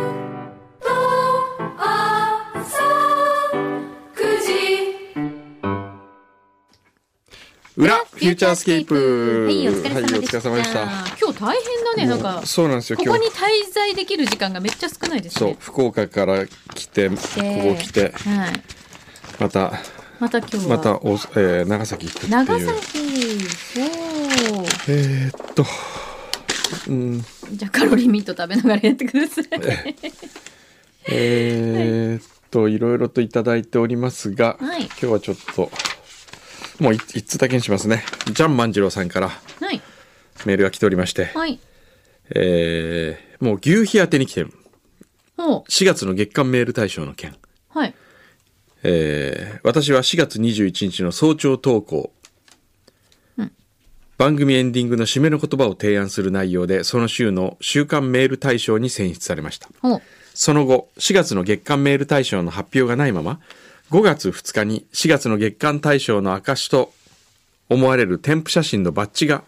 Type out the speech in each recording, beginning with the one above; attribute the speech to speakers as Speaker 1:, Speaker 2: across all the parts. Speaker 1: プ。と、朝、九時。
Speaker 2: 裏フューチャースケープ。
Speaker 3: はい、お疲れ様でし
Speaker 2: は
Speaker 3: た。
Speaker 2: いお疲れ様でした
Speaker 3: 今日大変だね、なん
Speaker 2: も
Speaker 3: か
Speaker 2: う。そうなんですよ、
Speaker 3: こ
Speaker 2: 今
Speaker 3: こ
Speaker 2: 日
Speaker 3: に。滞在できる時間がめっちゃ少ないです
Speaker 2: そう
Speaker 3: ね、。
Speaker 2: 福岡から来て、ここ来て、
Speaker 3: はい。
Speaker 2: また、
Speaker 3: また今日は。
Speaker 2: またお、えー長崎行くって
Speaker 3: 長
Speaker 2: いう。
Speaker 3: 崎。そう。
Speaker 2: えーっと、うん、
Speaker 3: じゃあカロリーミット食べながらやってください。
Speaker 2: えーっと、いろいろといただいておりますが、
Speaker 3: はい
Speaker 2: 今日はちょっと、もうい一通だけにしますね。ジャン万次郎さんから
Speaker 3: はい。
Speaker 2: メールが来ておりまして、
Speaker 3: はい。
Speaker 2: えー、もう牛皮当てに来てる。
Speaker 3: ほ
Speaker 2: 4月の月間メール大賞の件。
Speaker 3: う。はい。
Speaker 2: えー私は4月21日の早朝投稿、番組エンディングの締めの言葉を提案する内容でその週の週間メール大賞に選出されました
Speaker 3: ほう。
Speaker 2: その後4月の月間メール大賞の発表がないまま5月2日に4月の月間大賞の証と思われる添付写真のバッジが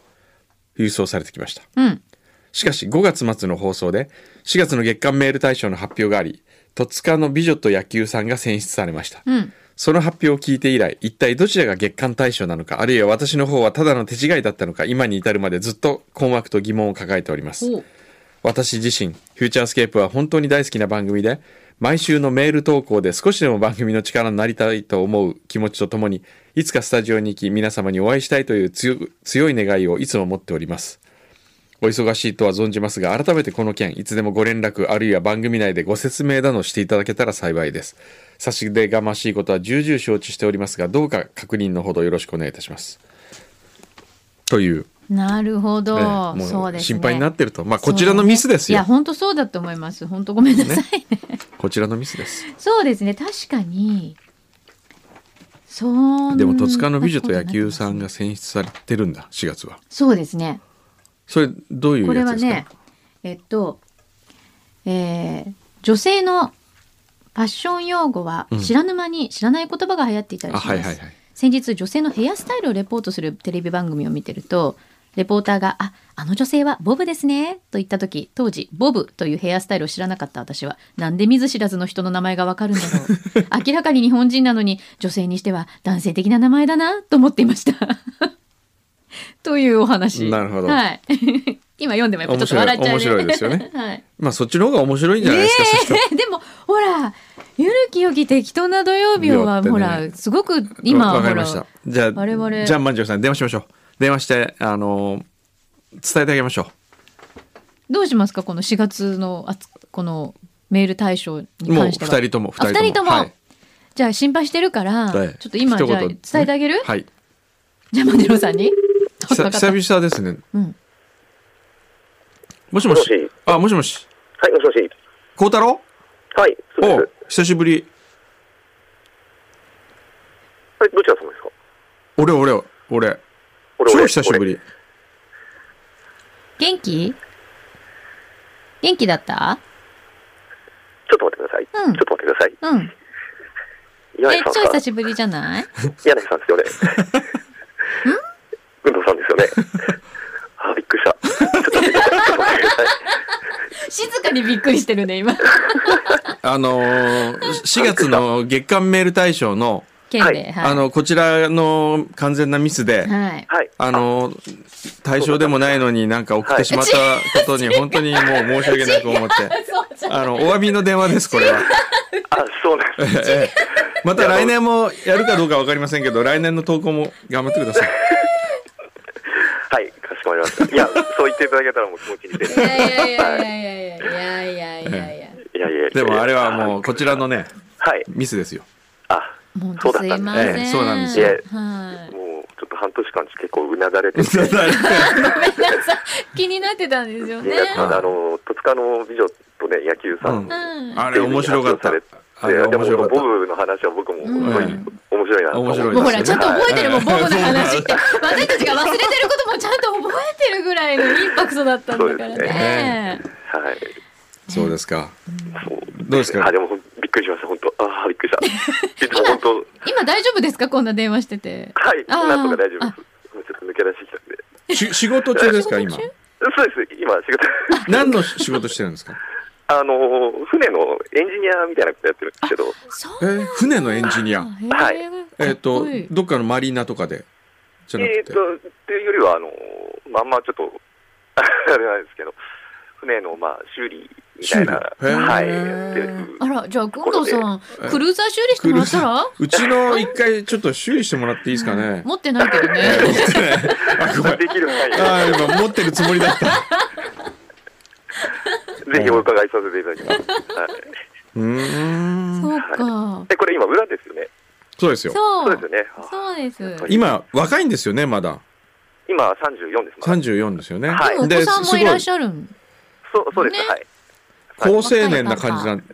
Speaker 2: 郵送されてきました
Speaker 3: うん。
Speaker 2: しかし5月末の放送で4月の月間メール大賞の発表があり戸塚の美女と野球さんが選出されました、
Speaker 3: うん。
Speaker 2: その発表を聞いて以来、一体どちらが月間大賞なのか、あるいは私の方はただの手違いだったのか、今に至るまでずっと困惑と疑問を抱えております。
Speaker 3: ほう。
Speaker 2: 私自身、フューチャースケープは本当に大好きな番組で、毎週のメール投稿で少しでも番組の力になりたいと思う気持ちとともに、いつかスタジオに行き皆様にお会いしたいという強強い願いをいつも持っております。お忙しいとは存じますが、改めてこの件、いつでもご連絡、あるいは番組内でご説明などしていただけたら幸いです。差し出がましいことは重々承知しておりますが、どうか確認のほどよろしくお願いいたします。という、
Speaker 3: なるほ
Speaker 2: ね
Speaker 3: ど。
Speaker 2: も
Speaker 3: そう
Speaker 2: う
Speaker 3: ですね。
Speaker 2: 心配になってると。まあ、
Speaker 3: そう
Speaker 2: こちらのミスです
Speaker 3: い
Speaker 2: よ
Speaker 3: や、。本当そうだと思います。本当ごめんなさいね
Speaker 2: こちらのミスです。
Speaker 3: そうですね確かにそう
Speaker 2: でも戸塚の美女と野球さんが選出されてるんだ4月は
Speaker 3: そうですね
Speaker 2: それどうい
Speaker 3: こ
Speaker 2: う
Speaker 3: れ
Speaker 2: やつ
Speaker 3: は
Speaker 2: ですか
Speaker 3: ねえっとえー女性のファッション用語は
Speaker 2: うん
Speaker 3: 知らぬ間に知らない言葉が流行っていた
Speaker 2: あ
Speaker 3: りし
Speaker 2: はい
Speaker 3: ま
Speaker 2: はい
Speaker 3: す
Speaker 2: はい
Speaker 3: 先日女性のヘアスタイルをレポートするテレビ番組を見てるとレポーターが「ああの女性はボブですね」と言った時当時ボブというヘアスタイルを知らなかった私はなんで見ず知らずの人の名前がわかるんだろう 明らかに日本人なのに女性にしては男性的な名前だなと思っていました というお話
Speaker 2: なるほど
Speaker 3: はい、 今読んでもやっぱちょっと笑っちゃう、
Speaker 2: 面白い面白いですよね
Speaker 3: はい
Speaker 2: まあそっちの方が面白いんじゃないですか、そしたら
Speaker 3: えでもほらゆるきよき適当な土曜日は、
Speaker 2: 土曜
Speaker 3: ほ
Speaker 2: ってね
Speaker 3: らすごく 今
Speaker 2: わ
Speaker 3: は
Speaker 2: わかり
Speaker 3: ほ
Speaker 2: ま
Speaker 3: ら
Speaker 2: したじゃあ
Speaker 3: 我々
Speaker 2: じゃあ万丈さん電話しましょう電話してあのー伝えてあげましょう
Speaker 3: どうしますかこの4月のあつこのメール対象に
Speaker 2: もう
Speaker 3: 関しては
Speaker 2: 2人とも
Speaker 3: あ二人とも
Speaker 2: はい
Speaker 3: じゃあ心配してるから、
Speaker 2: はい
Speaker 3: ちょっと今じゃ
Speaker 2: 一
Speaker 3: あ伝
Speaker 2: 言
Speaker 3: えてあげる、
Speaker 2: はい
Speaker 3: じゃあマデロさんに
Speaker 2: 久
Speaker 3: わかった
Speaker 2: 々ですね
Speaker 3: うん
Speaker 2: もしもし
Speaker 4: もしもし
Speaker 2: あもしもし
Speaker 4: はい、もしもし。
Speaker 2: 孝太郎
Speaker 4: はい、そうです
Speaker 2: お。久しぶり
Speaker 4: はい、どちら様ですか
Speaker 2: 俺俺俺
Speaker 4: 俺
Speaker 2: 超
Speaker 4: 俺
Speaker 2: 久しぶり
Speaker 3: 元気元気だった
Speaker 4: 俺ちょっと待ってください。
Speaker 3: うん
Speaker 4: ちょっと待ってください。
Speaker 3: うん
Speaker 4: 柳
Speaker 3: え
Speaker 4: さん
Speaker 3: 超久
Speaker 4: か。
Speaker 3: しぶりじゃない
Speaker 4: 柳さんです よね。うんどさんですよね。 あ、びっくりした。
Speaker 3: 静かにびっくりしてる ね今
Speaker 2: あのー、4月の月間メール大賞の、
Speaker 3: 県
Speaker 4: はい
Speaker 3: ではい、
Speaker 2: あの、こちらの完全なミスで、
Speaker 3: はい
Speaker 4: はい。
Speaker 2: あのー、対象でもないのになんか送ってしまったことに本当にもう申し訳ないと思 って、
Speaker 3: そうじゃん
Speaker 2: あの、お詫びの電話です、これは。
Speaker 4: あ、そうなん です。
Speaker 2: ええまた来年もやるかどうかわかりませんけど、来年の投稿も頑張ってください。
Speaker 4: はい、かしこまりました。いや、そう言っていただけたらもう気持ちに出
Speaker 3: い
Speaker 4: る。
Speaker 3: やいやいやいやいやいやいやいやいや
Speaker 4: いやいやいや。
Speaker 2: でもあれはもうこちらのね、
Speaker 4: はい。
Speaker 2: ミスですよ。
Speaker 4: あ、
Speaker 3: 本当すいません、
Speaker 2: ええそうなんです
Speaker 4: よ
Speaker 3: はい
Speaker 4: もうちょっと半年間結構うなだれてて。
Speaker 3: 気になってたんですよね。
Speaker 4: 皆さん、あの、戸塚の美女とね、野球さ
Speaker 2: う
Speaker 4: ん。
Speaker 2: ん
Speaker 3: うん、
Speaker 2: あれ面白かった
Speaker 4: で。
Speaker 2: あれ面
Speaker 4: でも
Speaker 2: 白かっ
Speaker 4: ボ
Speaker 2: た。
Speaker 4: ブの話は僕もすごい面白いなと思って。
Speaker 2: 面白い
Speaker 3: も
Speaker 2: で
Speaker 3: うほ
Speaker 2: すね
Speaker 3: ら、ちゃんと覚えてるもん、ボブの話って。私たちが忘れてることもちゃんと覚えてるぐらいのインパクトだったんだから
Speaker 4: そうです
Speaker 3: ね。
Speaker 4: はい。
Speaker 2: そうですか。
Speaker 4: そう。
Speaker 2: どうですか
Speaker 4: あ、でもほんびっくりしました、本当。ああ、びっくりした。いつも 本当、
Speaker 3: 今大丈夫ですかこんな電話してて。
Speaker 4: はい、
Speaker 3: あー
Speaker 4: なんとか大丈夫
Speaker 3: あ
Speaker 4: です。もうちょっと抜け出してきたんで。
Speaker 2: し仕事中ですか今。
Speaker 4: そうです、今、仕事、
Speaker 2: 何の仕事してるんですか。
Speaker 4: あのー、船のエンジニアみたいなことやってるんですけど、
Speaker 3: そう
Speaker 2: えー船のエンジニア。
Speaker 3: へー
Speaker 4: はい
Speaker 2: えっ
Speaker 3: かっ
Speaker 2: と
Speaker 3: こいい
Speaker 2: どっかのマリーナとかでじゃな
Speaker 4: え
Speaker 2: く
Speaker 4: ー、
Speaker 2: て
Speaker 4: と、っていうよりは、あのー、まあ、あんまちょっと、 あれなんですけど、船の、まあ、修理みたいな、
Speaker 2: 修理へー
Speaker 4: はい、やってる。
Speaker 3: あら、じゃあ、今度さん
Speaker 2: え、
Speaker 3: クルーザー修理してもらったら
Speaker 2: うちの一回ちょっと修理してもらっていいですかね。
Speaker 3: 持ってないけどね。
Speaker 2: あごめん。
Speaker 4: できる範囲で
Speaker 2: あ今持ってるつもりだった。
Speaker 4: ぜひお伺いさせていただきます。はい、
Speaker 2: うーん。
Speaker 3: そうか。
Speaker 4: えこれ今、裏ですよね。
Speaker 2: そうですよ。
Speaker 3: そ
Speaker 4: そうです
Speaker 3: う。
Speaker 4: よね。
Speaker 3: そうです。
Speaker 2: 今若いんですよねまだ。
Speaker 4: 今、34です。
Speaker 2: 三十四ですよね。
Speaker 4: は
Speaker 3: でもお
Speaker 2: で
Speaker 3: 子さんもいらっしゃるん。
Speaker 4: そうそうです、
Speaker 3: ね
Speaker 4: はい。
Speaker 2: 高青年な感じなん。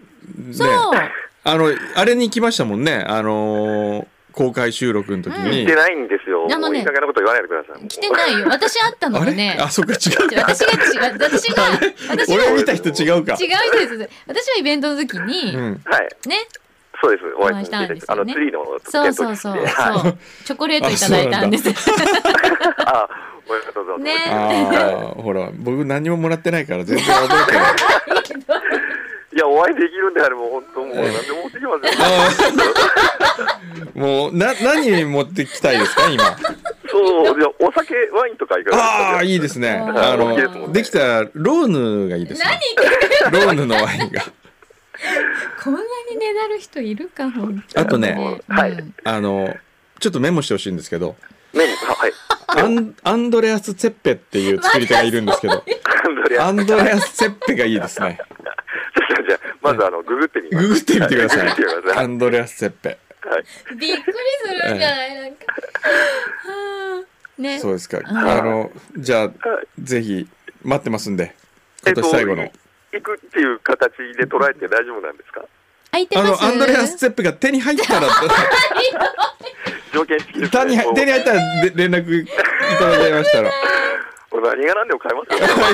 Speaker 3: そう
Speaker 2: ね。。あのあれに行きましたもんね。あのー公開収録の時
Speaker 4: 行
Speaker 2: に。
Speaker 4: ってないんですよ。
Speaker 3: あのね
Speaker 4: もういい加減なこと言わないでください。もう
Speaker 3: 来てないよ。私会ったの
Speaker 2: あ
Speaker 3: で
Speaker 2: れ
Speaker 3: ね。
Speaker 2: あそっか違う
Speaker 3: 違う
Speaker 2: か。
Speaker 3: 私が違う。私が、私が
Speaker 2: 俺見た人違うか。
Speaker 3: 違う人です。私はイベントの時に、
Speaker 2: うん。
Speaker 4: はい。
Speaker 3: ね、
Speaker 4: そうです。お会い
Speaker 3: お会いしたんです
Speaker 4: あ
Speaker 3: よ
Speaker 4: の、
Speaker 3: ね
Speaker 4: ツリーのイ
Speaker 3: そ
Speaker 4: ベ
Speaker 3: う
Speaker 4: ント
Speaker 3: そ
Speaker 4: に
Speaker 3: うそう、そう
Speaker 4: 来てはい。
Speaker 3: チョコレートいただいたんです。
Speaker 4: あ、おめでとうございます。
Speaker 3: ね
Speaker 2: ああ、ほら、僕何ももらってないから全然覚えてない。
Speaker 4: いや、お会いできるんであれば、本当もう、なんでも持ってきますよ。
Speaker 2: もう、な、何持ってきたいですか、今。
Speaker 4: そう、じゃあお酒、ワインとかいかが
Speaker 2: ああ、
Speaker 4: ですか
Speaker 2: いいですね。
Speaker 3: あ
Speaker 2: あ
Speaker 3: ー
Speaker 2: の、できたらローヌがいいです
Speaker 3: 何
Speaker 2: ね。
Speaker 3: 言ってる
Speaker 2: ローヌのワインが。
Speaker 3: こんなにねだる人いるか、本当
Speaker 2: あと
Speaker 3: に
Speaker 2: ね、
Speaker 4: はい
Speaker 3: うん
Speaker 2: あの、ちょっとメモしてほしいんですけど、
Speaker 4: ね、あはい。
Speaker 2: アンアンドレアス・ツェッペっていう作り手がいるんですけど、
Speaker 4: アンドレア
Speaker 2: アンドレアス・ツェッペがいいですね。
Speaker 4: ちょっとじゃあ、まず、あの、ググってみます。
Speaker 2: ググってみてください
Speaker 4: ググってみ。ます
Speaker 2: アンドレアス・ツェッペ。
Speaker 4: はい。
Speaker 3: びっくりするんじゃないなんか。はあね。
Speaker 2: そうですか。あの、じゃあ、ぜひ、待ってますんで、今年最後の。
Speaker 4: 行くっていう形で捉えて大丈夫なんですか
Speaker 3: 空いて
Speaker 2: あ
Speaker 3: ま
Speaker 2: の、
Speaker 3: す
Speaker 2: アンドレアス・ツェッペが手に入ったら、
Speaker 4: 条件付きです
Speaker 2: 手に
Speaker 4: ね。もう
Speaker 2: 手に入ったらで連絡いただけました ら。
Speaker 4: もう何が何でも買えま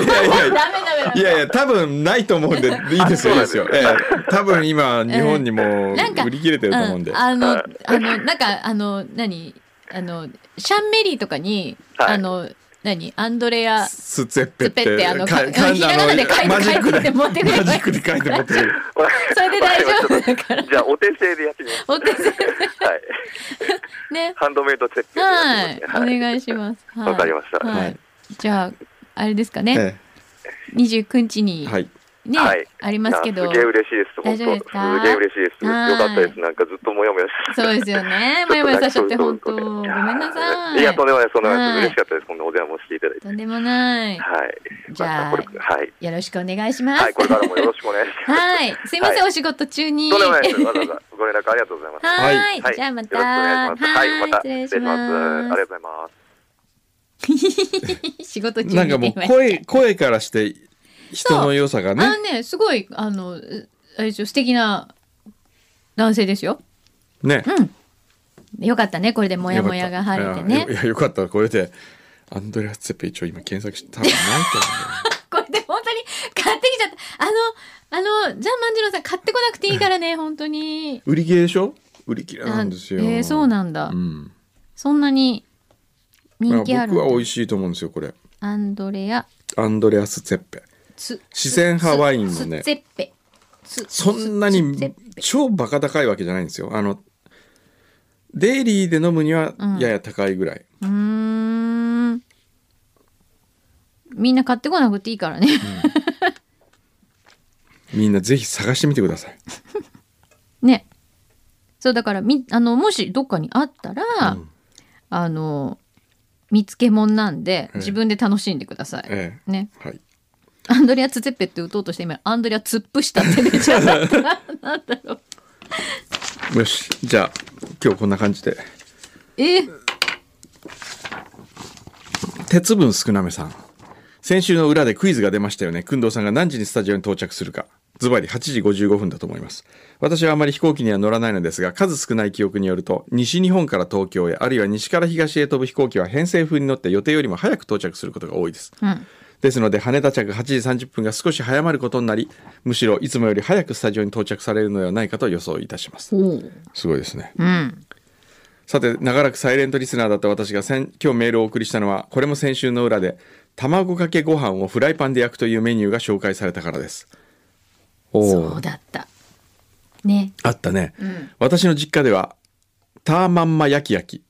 Speaker 4: すよ。
Speaker 2: いやいやいや。
Speaker 3: ダメダメダ
Speaker 2: い
Speaker 3: メ。
Speaker 2: やいや、多分ないと思うんで、いいですよ、いいですよ。ええ、多分今、日本にも
Speaker 3: なんか
Speaker 2: 売り切れてると思うんで。
Speaker 3: あの、あの、なんか、あの、何あの、シャンメリーとかに、
Speaker 4: はい
Speaker 3: あの、何アンドレア、ス
Speaker 2: スツェッペっ
Speaker 3: ペって、
Speaker 2: て、
Speaker 3: あの、
Speaker 2: か
Speaker 3: か
Speaker 2: か
Speaker 3: ひらがなで書い
Speaker 2: あ
Speaker 3: て、
Speaker 2: のマジ
Speaker 3: 書
Speaker 2: ッ
Speaker 3: い
Speaker 2: ク
Speaker 3: て
Speaker 2: で、
Speaker 3: 持ってくれ
Speaker 2: マ
Speaker 3: ば
Speaker 2: ジ
Speaker 3: い
Speaker 2: ックで書いて持ってくる。
Speaker 3: それで大 丈夫だから。
Speaker 4: じゃあ、お手製でやってみます。
Speaker 3: お手製
Speaker 4: はい。
Speaker 3: ね。
Speaker 4: ハンドメイド設定で
Speaker 3: は
Speaker 4: や
Speaker 3: い
Speaker 4: って。ますね。
Speaker 3: お願い
Speaker 4: し
Speaker 3: し ます。はい
Speaker 4: わかりました
Speaker 3: はい。じゃあ、あれですかね。
Speaker 2: え
Speaker 3: 29日に
Speaker 2: え、はい。
Speaker 3: ね
Speaker 4: はい、
Speaker 3: ありますけど
Speaker 4: す。げえ嬉しいです。
Speaker 3: 大丈
Speaker 4: 本当
Speaker 3: 夫ですか
Speaker 4: すげえ嬉しいです。よ
Speaker 3: はい
Speaker 4: かったです。なんかずっともやもやして。
Speaker 3: そうですよね。もやもやさせちゃって、本当。
Speaker 4: い
Speaker 3: ごめん
Speaker 4: や
Speaker 3: なさい。
Speaker 4: いや、とんでもないです、とんでもない
Speaker 3: はい
Speaker 4: です。嬉しかったです。こんなお電話もしていただいて。
Speaker 3: とんでもない。
Speaker 4: はい。
Speaker 3: じゃあ
Speaker 4: またこれはい。
Speaker 3: よろしくお願いします。
Speaker 4: はい、これからもよろしくお願いします。
Speaker 3: はい。すいません、
Speaker 4: は
Speaker 3: お仕事中に。
Speaker 4: とんでもないです。わざわざご連絡ありがとうございます。
Speaker 3: はーい。
Speaker 4: はい。
Speaker 3: じゃあまた。
Speaker 4: よろしくお願いします。はい、また
Speaker 3: 失礼
Speaker 4: 失
Speaker 3: し
Speaker 4: 礼します。
Speaker 3: ま
Speaker 4: ありがとうございま
Speaker 3: す。
Speaker 4: す。
Speaker 3: 仕事中に
Speaker 2: なんかもう、
Speaker 3: 電話
Speaker 2: 声、声からして、人の良さが
Speaker 3: あの
Speaker 2: ね、
Speaker 3: ね、すごい、あの、うあれですよ、素敵な男性ですよ。
Speaker 2: ね。
Speaker 3: よかったね、これでモヤモヤが晴れてね
Speaker 2: いや。よよかった、これで。アンドレアス・ツェッペ一応今検索して、多分ないと思うんだよね
Speaker 3: これで本当に買ってきちゃった。あの、あの、じゃあ万次郎さん買ってこなくていいからね、本当に。
Speaker 2: 売り切れでしょ売り切れなんですよ。
Speaker 3: あえーそうなんだ。
Speaker 2: うん。
Speaker 3: そんなに人気あるん
Speaker 2: 僕
Speaker 3: だ
Speaker 2: は美味しいと思うんですよ、これ。
Speaker 3: アンドレア、
Speaker 2: アンドレアス・ツェッペ。
Speaker 3: つ、
Speaker 2: 自然派ワインのね
Speaker 3: つゼッペ。つ
Speaker 2: そんな
Speaker 3: つゼッ
Speaker 2: に
Speaker 3: ペ
Speaker 2: 超バカ高いわけじゃないんですよ。あの、デイリーで飲むにはやや高いぐらい。
Speaker 3: うーん。みんな買ってこなくていいからね。
Speaker 2: みんなぜひ探してみてください。
Speaker 3: ね。そうだからみあのもしどっかにあったら、あの見つけもんなんで
Speaker 2: え
Speaker 3: 自分で楽しんでください。
Speaker 2: え
Speaker 3: ね。
Speaker 2: え。はい。
Speaker 3: アンドレア・ツゼッペって打とうとして今アンドレア・ツップしたって出ちゃった。 なんだろう。
Speaker 2: よし。じゃあ、今日こんな感じで。
Speaker 3: え
Speaker 2: 鉄分少なめさん。先週の裏でクイズが出ましたよね。くんどうさんが何時にスタジオに到着するか。ズバリ8時55分だと思います。私はあまり飛行機には乗らないのですが、数少ない記憶によると、西日本から東京へ、あるいは西から東へ飛ぶ飛行機は偏西風に乗って予定よりも早く到着することが多いです。
Speaker 3: うん
Speaker 2: ですので、羽田着8時30分が少し早まることになり、むしろいつもより早くスタジオに到着されるのではないかと予想いたします。
Speaker 3: おう
Speaker 2: すごいですね。
Speaker 3: うん
Speaker 2: さて長らくサイレントリスナーだった私が先今日メールをお送りしたのはこれも先週の裏で卵かけご飯をフライパンで焼くというメニューが紹介されたからですお
Speaker 3: そ
Speaker 2: お
Speaker 3: うだったね
Speaker 2: あったね、
Speaker 3: ん
Speaker 2: 私の実家ではターマンマ焼き焼き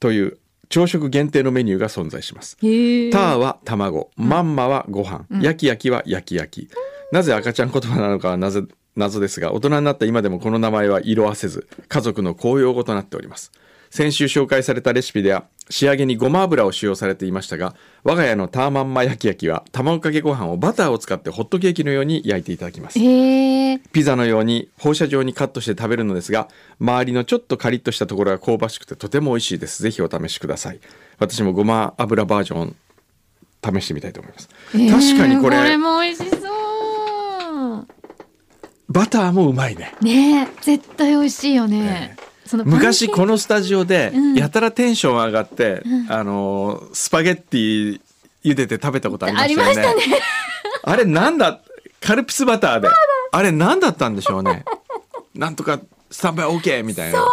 Speaker 2: という朝食限定のメニューが存在します
Speaker 3: へえ
Speaker 2: ターは卵、マンマはご飯、焼き焼きは焼き焼き。なぜ赤ちゃん言葉なのかはなぜ謎ですが、大人になった今でもこの名前は色あせず、家族の公用語となっております。先週紹介されたレシピでは、仕上げにごま油を使用されていましたが、我が家のターマンマ焼き焼きは、卵かけご飯をバターを使ってホットケーキのように焼いていただきます。
Speaker 3: へえ
Speaker 2: ピザのように放射状にカットして食べるのですが周りのちょっとカリッとしたところが香ばしくてとても美味しいですぜひお試しください私もごま油バージョン試してみたいと思います、確かにこれ
Speaker 3: これも美味しそう
Speaker 2: バターもうまいね
Speaker 3: ねえ絶対美味しいよね、その
Speaker 2: 昔こ
Speaker 3: の
Speaker 2: のスタジオで
Speaker 3: うん
Speaker 2: やたらテンション上がって、
Speaker 3: うん
Speaker 2: あのースパゲッティ茹でて食べたことありましたよね
Speaker 3: ありました
Speaker 2: あれなんだカルピスバターであれなんだったんでしょうねなんとかスタンバイ OK みたいな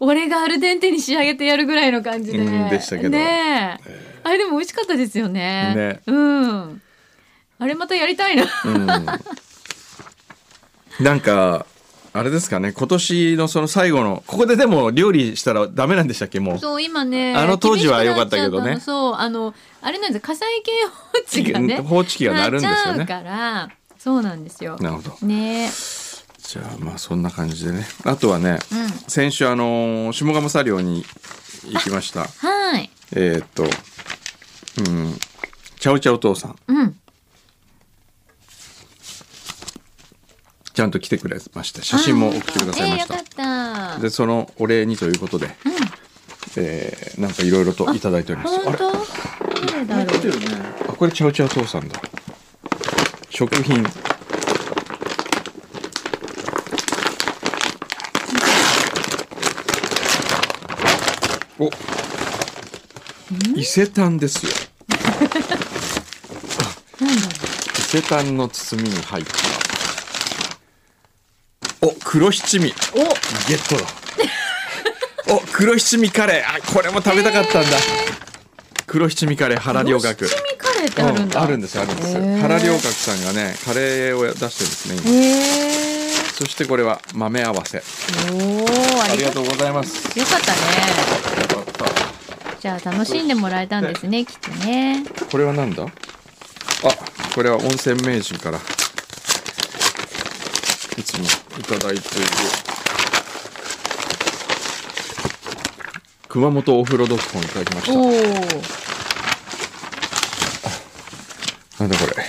Speaker 3: 俺がアルデンテに仕上げてやるぐらいの感じで、
Speaker 2: うんでしたけど
Speaker 3: ねえあれでも美味しかったですよね
Speaker 2: ね
Speaker 3: うんあれまたやりたいな、
Speaker 2: うんなんかあれですかね今年のその最後のここででも料理したらダメなんでしたっけもう
Speaker 3: そう今ね
Speaker 2: あの当時は良かったけどね
Speaker 3: 厳しくなっちゃったのそうあのあれなんですよ火災警報値がね
Speaker 2: うん放置機が鳴るんですよね
Speaker 3: なっちゃうからそうなんですよ
Speaker 2: なるほど
Speaker 3: ねえ
Speaker 2: じゃあまあそんな感じでねあとはね、
Speaker 3: うん
Speaker 2: 先週あのー下鴨砂漁に行きました
Speaker 3: はい
Speaker 2: えーっとうんちゃうちゃう父さん
Speaker 3: うん
Speaker 2: ちゃんと来てくれました写真も送ってくださいました、
Speaker 3: ええよかった
Speaker 2: でそのお礼にということで、えーなんかいろいろといただいておりますあ
Speaker 3: 本
Speaker 2: れ
Speaker 3: 当誰だろう
Speaker 2: あこれチャウチャウ父さんだ食品お伊勢丹ですよ伊勢丹の包みに入ったお黒七味
Speaker 3: お
Speaker 2: ゲットだお黒七味カレーあこれも食べたかったんだ、黒七味カレー原涼学
Speaker 3: 七味カレーってあるんだ、
Speaker 2: うあるんですよあるんですよ
Speaker 3: へー
Speaker 2: 原涼角さんがねカレーを出してるんですね今
Speaker 3: へえ
Speaker 2: そしてこれは豆合わせ
Speaker 3: おおあ
Speaker 2: あ
Speaker 3: り
Speaker 2: り
Speaker 3: が
Speaker 2: が
Speaker 3: と
Speaker 2: と
Speaker 3: う
Speaker 2: うございます
Speaker 3: よかったねじゃあ楽しんでもらえたんですねきっとね
Speaker 2: これはなんだあこれは温泉名人からいつもいただいている熊本お風呂ドットコムいただきました
Speaker 3: おお
Speaker 2: なんだこれ。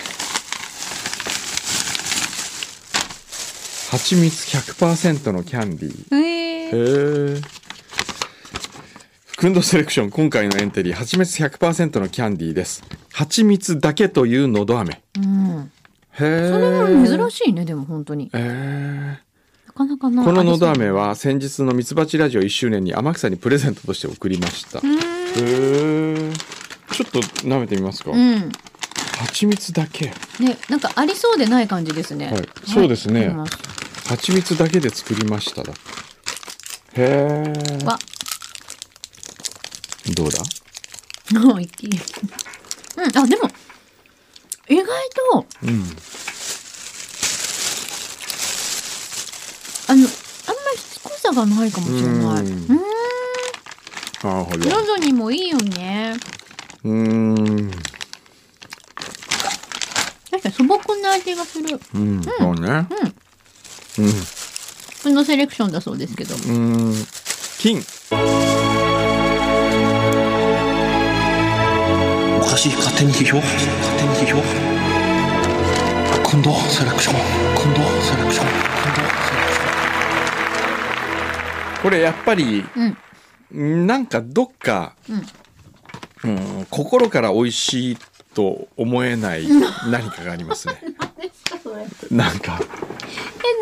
Speaker 2: 蜂蜜100%のキャンディー。
Speaker 3: へえ
Speaker 2: へえ。フンドセレクション今回のエンテリー蜂蜜100%のキャンディーです。蜂蜜だけというのど飴。
Speaker 3: うん
Speaker 2: へえ。
Speaker 3: それも珍しいねでも本当に
Speaker 2: へえ
Speaker 3: なかなかな
Speaker 2: こののど
Speaker 3: あり
Speaker 2: 飴は先日のミツバチラジオ1周年に天草にプレゼントとして送りました。へえ。ちょっと舐めてみますか。
Speaker 3: そううん
Speaker 2: 蜂蜜だけ。
Speaker 3: ねなんかありそうでない感じですね、
Speaker 2: はいそうですね
Speaker 3: いただきます
Speaker 2: 蜂蜜だけで作りましただへえ
Speaker 3: わ
Speaker 2: どうだ
Speaker 3: もう一気にうんあでも意外と
Speaker 2: うん
Speaker 3: あのあんまりしつこさがないかもしれない
Speaker 2: うん
Speaker 3: うん
Speaker 2: なるほど
Speaker 3: 喉にもいいよね
Speaker 2: うーん
Speaker 3: 確かに素朴な味がする
Speaker 2: うんそうねう
Speaker 3: このセレクションだそうですけ
Speaker 2: ん
Speaker 3: ど
Speaker 2: うん金
Speaker 5: おかしい勝手に批評勝手に批評今度セレクション今度セレクション今度セレクション
Speaker 2: これやっぱり
Speaker 3: うん
Speaker 2: なんかどっかうん心から美味しいと思えない何かがありますね
Speaker 6: それ
Speaker 2: なんか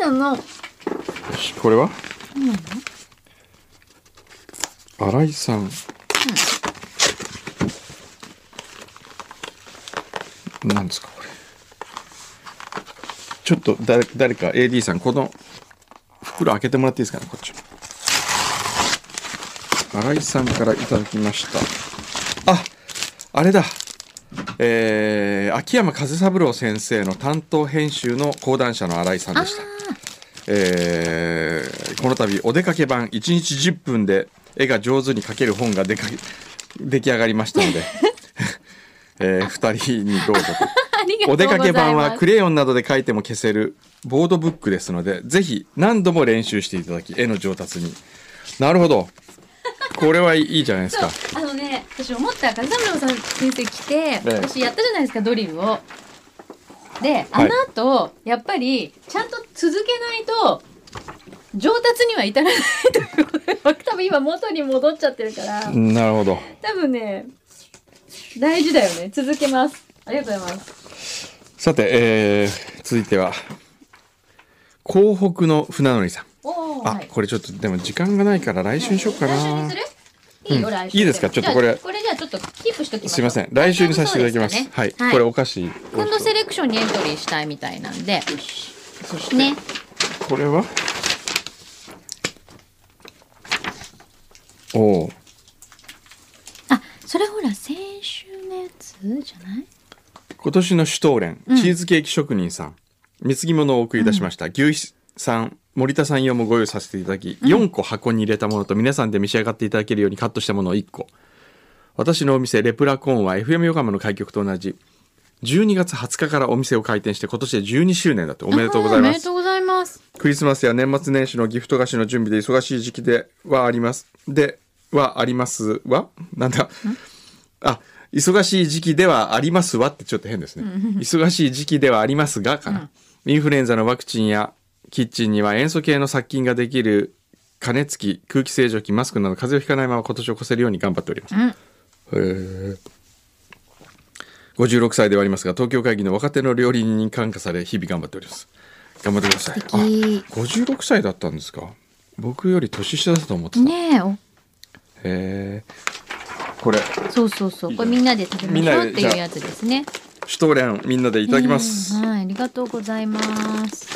Speaker 6: 変な の
Speaker 2: これは新井さん、なんですかこれちょっと誰誰か AD さんこの袋開けてもらっていいですかねこっち新井さんからいただきましたああれだえー秋山風三郎先生の担当編集の講談社の新井さんでしたえーこの度お出かけ版1日10分で絵が上手に描ける本が出かけ出来上がりました ので、え2人にどうぞ
Speaker 3: ありが
Speaker 2: と
Speaker 3: とう
Speaker 2: お
Speaker 3: ござ
Speaker 2: 出
Speaker 3: います
Speaker 2: かけ版はクレヨンなどで描いても消せるボードブックですのでぜひ何度も練習していただき絵の上達になるほどこれはいいいいじゃないです
Speaker 3: そう
Speaker 2: か
Speaker 3: あのね私思った風三郎さん先生来て、
Speaker 2: え
Speaker 3: 私やったじゃないですかドリルを。であの後、やっぱりちゃんと続けないと上達には至らないということで 多分今元に戻っちゃってるから
Speaker 2: なるほど
Speaker 3: 多分ね大事だよね続けますありがとうございます
Speaker 2: さて、えー続いては港北の船乗りさん
Speaker 3: おお、
Speaker 2: あ、
Speaker 3: はい、
Speaker 2: これちょっとでも時間がないから来週にしようかな、
Speaker 3: 来週にするいいよ、
Speaker 2: うん
Speaker 3: 来週
Speaker 2: いいですかちょっとこれ
Speaker 3: じゃあこれじゃあちょっとキープしときます
Speaker 2: いません来週にさせていただきますはい、これお菓子
Speaker 3: 今度セレクションにエントリーしたいみたいなんで
Speaker 2: そして
Speaker 3: ね
Speaker 2: これはおお
Speaker 3: あそれほら先週のやつじゃない
Speaker 2: 今年のシュトーレン、チーズケーキ職人さん貢ぎ物をお送りいたしました、牛さん森田さん用もご用意させていただき、4個箱に入れたものと皆さんで召し上がっていただけるようにカットしたものを1個私のお店レプラコーンは FM 横浜の開局と同じ12月20日からお店を開店して今年で12周年だっておめでとうござい
Speaker 3: あーお
Speaker 2: ま
Speaker 3: めですとうございます
Speaker 2: クリスマスや年末年始のギフト菓子の準備で忙しい時期ではあります。ではありますわなんだあ、忙しい時期ではありますわってちょっと変ですね。忙しい時期ではありますがかな。インフルエンザのワクチンやキッチンには塩素系の殺菌ができる加熱器、空気清浄機、マスクなど風邪をひかないまま今年を越せるように頑張っております。へえ。56歳ではありますが、東京会議の若手の料理人に感化され、日々頑張っております。頑張ってください。あ
Speaker 3: い
Speaker 2: 56歳だったんですか僕より年下だと思って
Speaker 3: い
Speaker 2: た、
Speaker 3: ねえお
Speaker 2: へえこれ
Speaker 3: そうそうそうこれみんなで食べましょうって
Speaker 2: みんなでじゃ
Speaker 3: い
Speaker 2: あ
Speaker 3: うやつですね
Speaker 2: シュトーレンみんなでいただきます、
Speaker 3: うんはいありがとうございます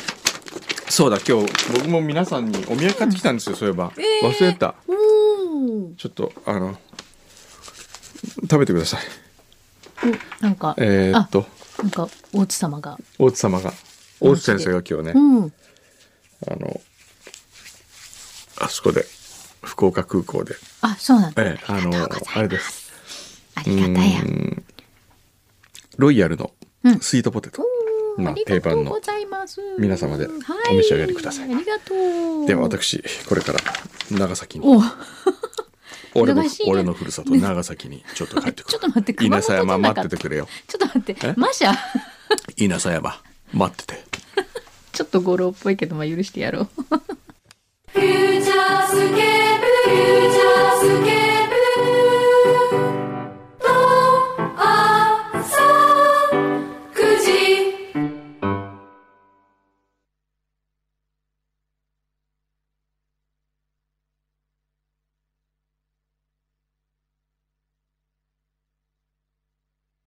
Speaker 2: そうだ今日僕も皆さんにお土産買ってきたんですよ、そういえば、忘れてた
Speaker 3: おお
Speaker 2: ちょっとあの食べてください
Speaker 3: なんか
Speaker 2: えー、っと
Speaker 3: あなんか大津様が
Speaker 2: 大津様が大津先生が今日ね、
Speaker 3: うん
Speaker 2: あのあそこで福岡空港で
Speaker 3: あそうなんだ
Speaker 2: ええあのあれです
Speaker 3: ありがたや
Speaker 2: うんロイヤルの
Speaker 3: うん
Speaker 2: スイートポテト、
Speaker 3: おー
Speaker 2: ま
Speaker 3: あ
Speaker 2: あ
Speaker 3: りが
Speaker 2: 定
Speaker 3: とう
Speaker 2: 番
Speaker 3: ご
Speaker 2: の
Speaker 3: ざいます
Speaker 2: 皆様で
Speaker 3: はい
Speaker 2: お召し上がりください
Speaker 3: ありがとう
Speaker 2: では私これから長崎に
Speaker 3: おお
Speaker 2: 俺の
Speaker 3: 忙しいね
Speaker 2: 俺のふるさと長崎にちょっと帰ってくる
Speaker 3: ちょっと待って熊
Speaker 2: 稲
Speaker 3: 本じ
Speaker 2: 佐
Speaker 3: ゃなか
Speaker 2: 山
Speaker 3: った
Speaker 2: 待っててくれよ
Speaker 3: ちょっと待って
Speaker 2: え
Speaker 3: マシャ
Speaker 2: 稲佐山待ってて
Speaker 3: ちょっと五郎っぽいけどまあ許してやろう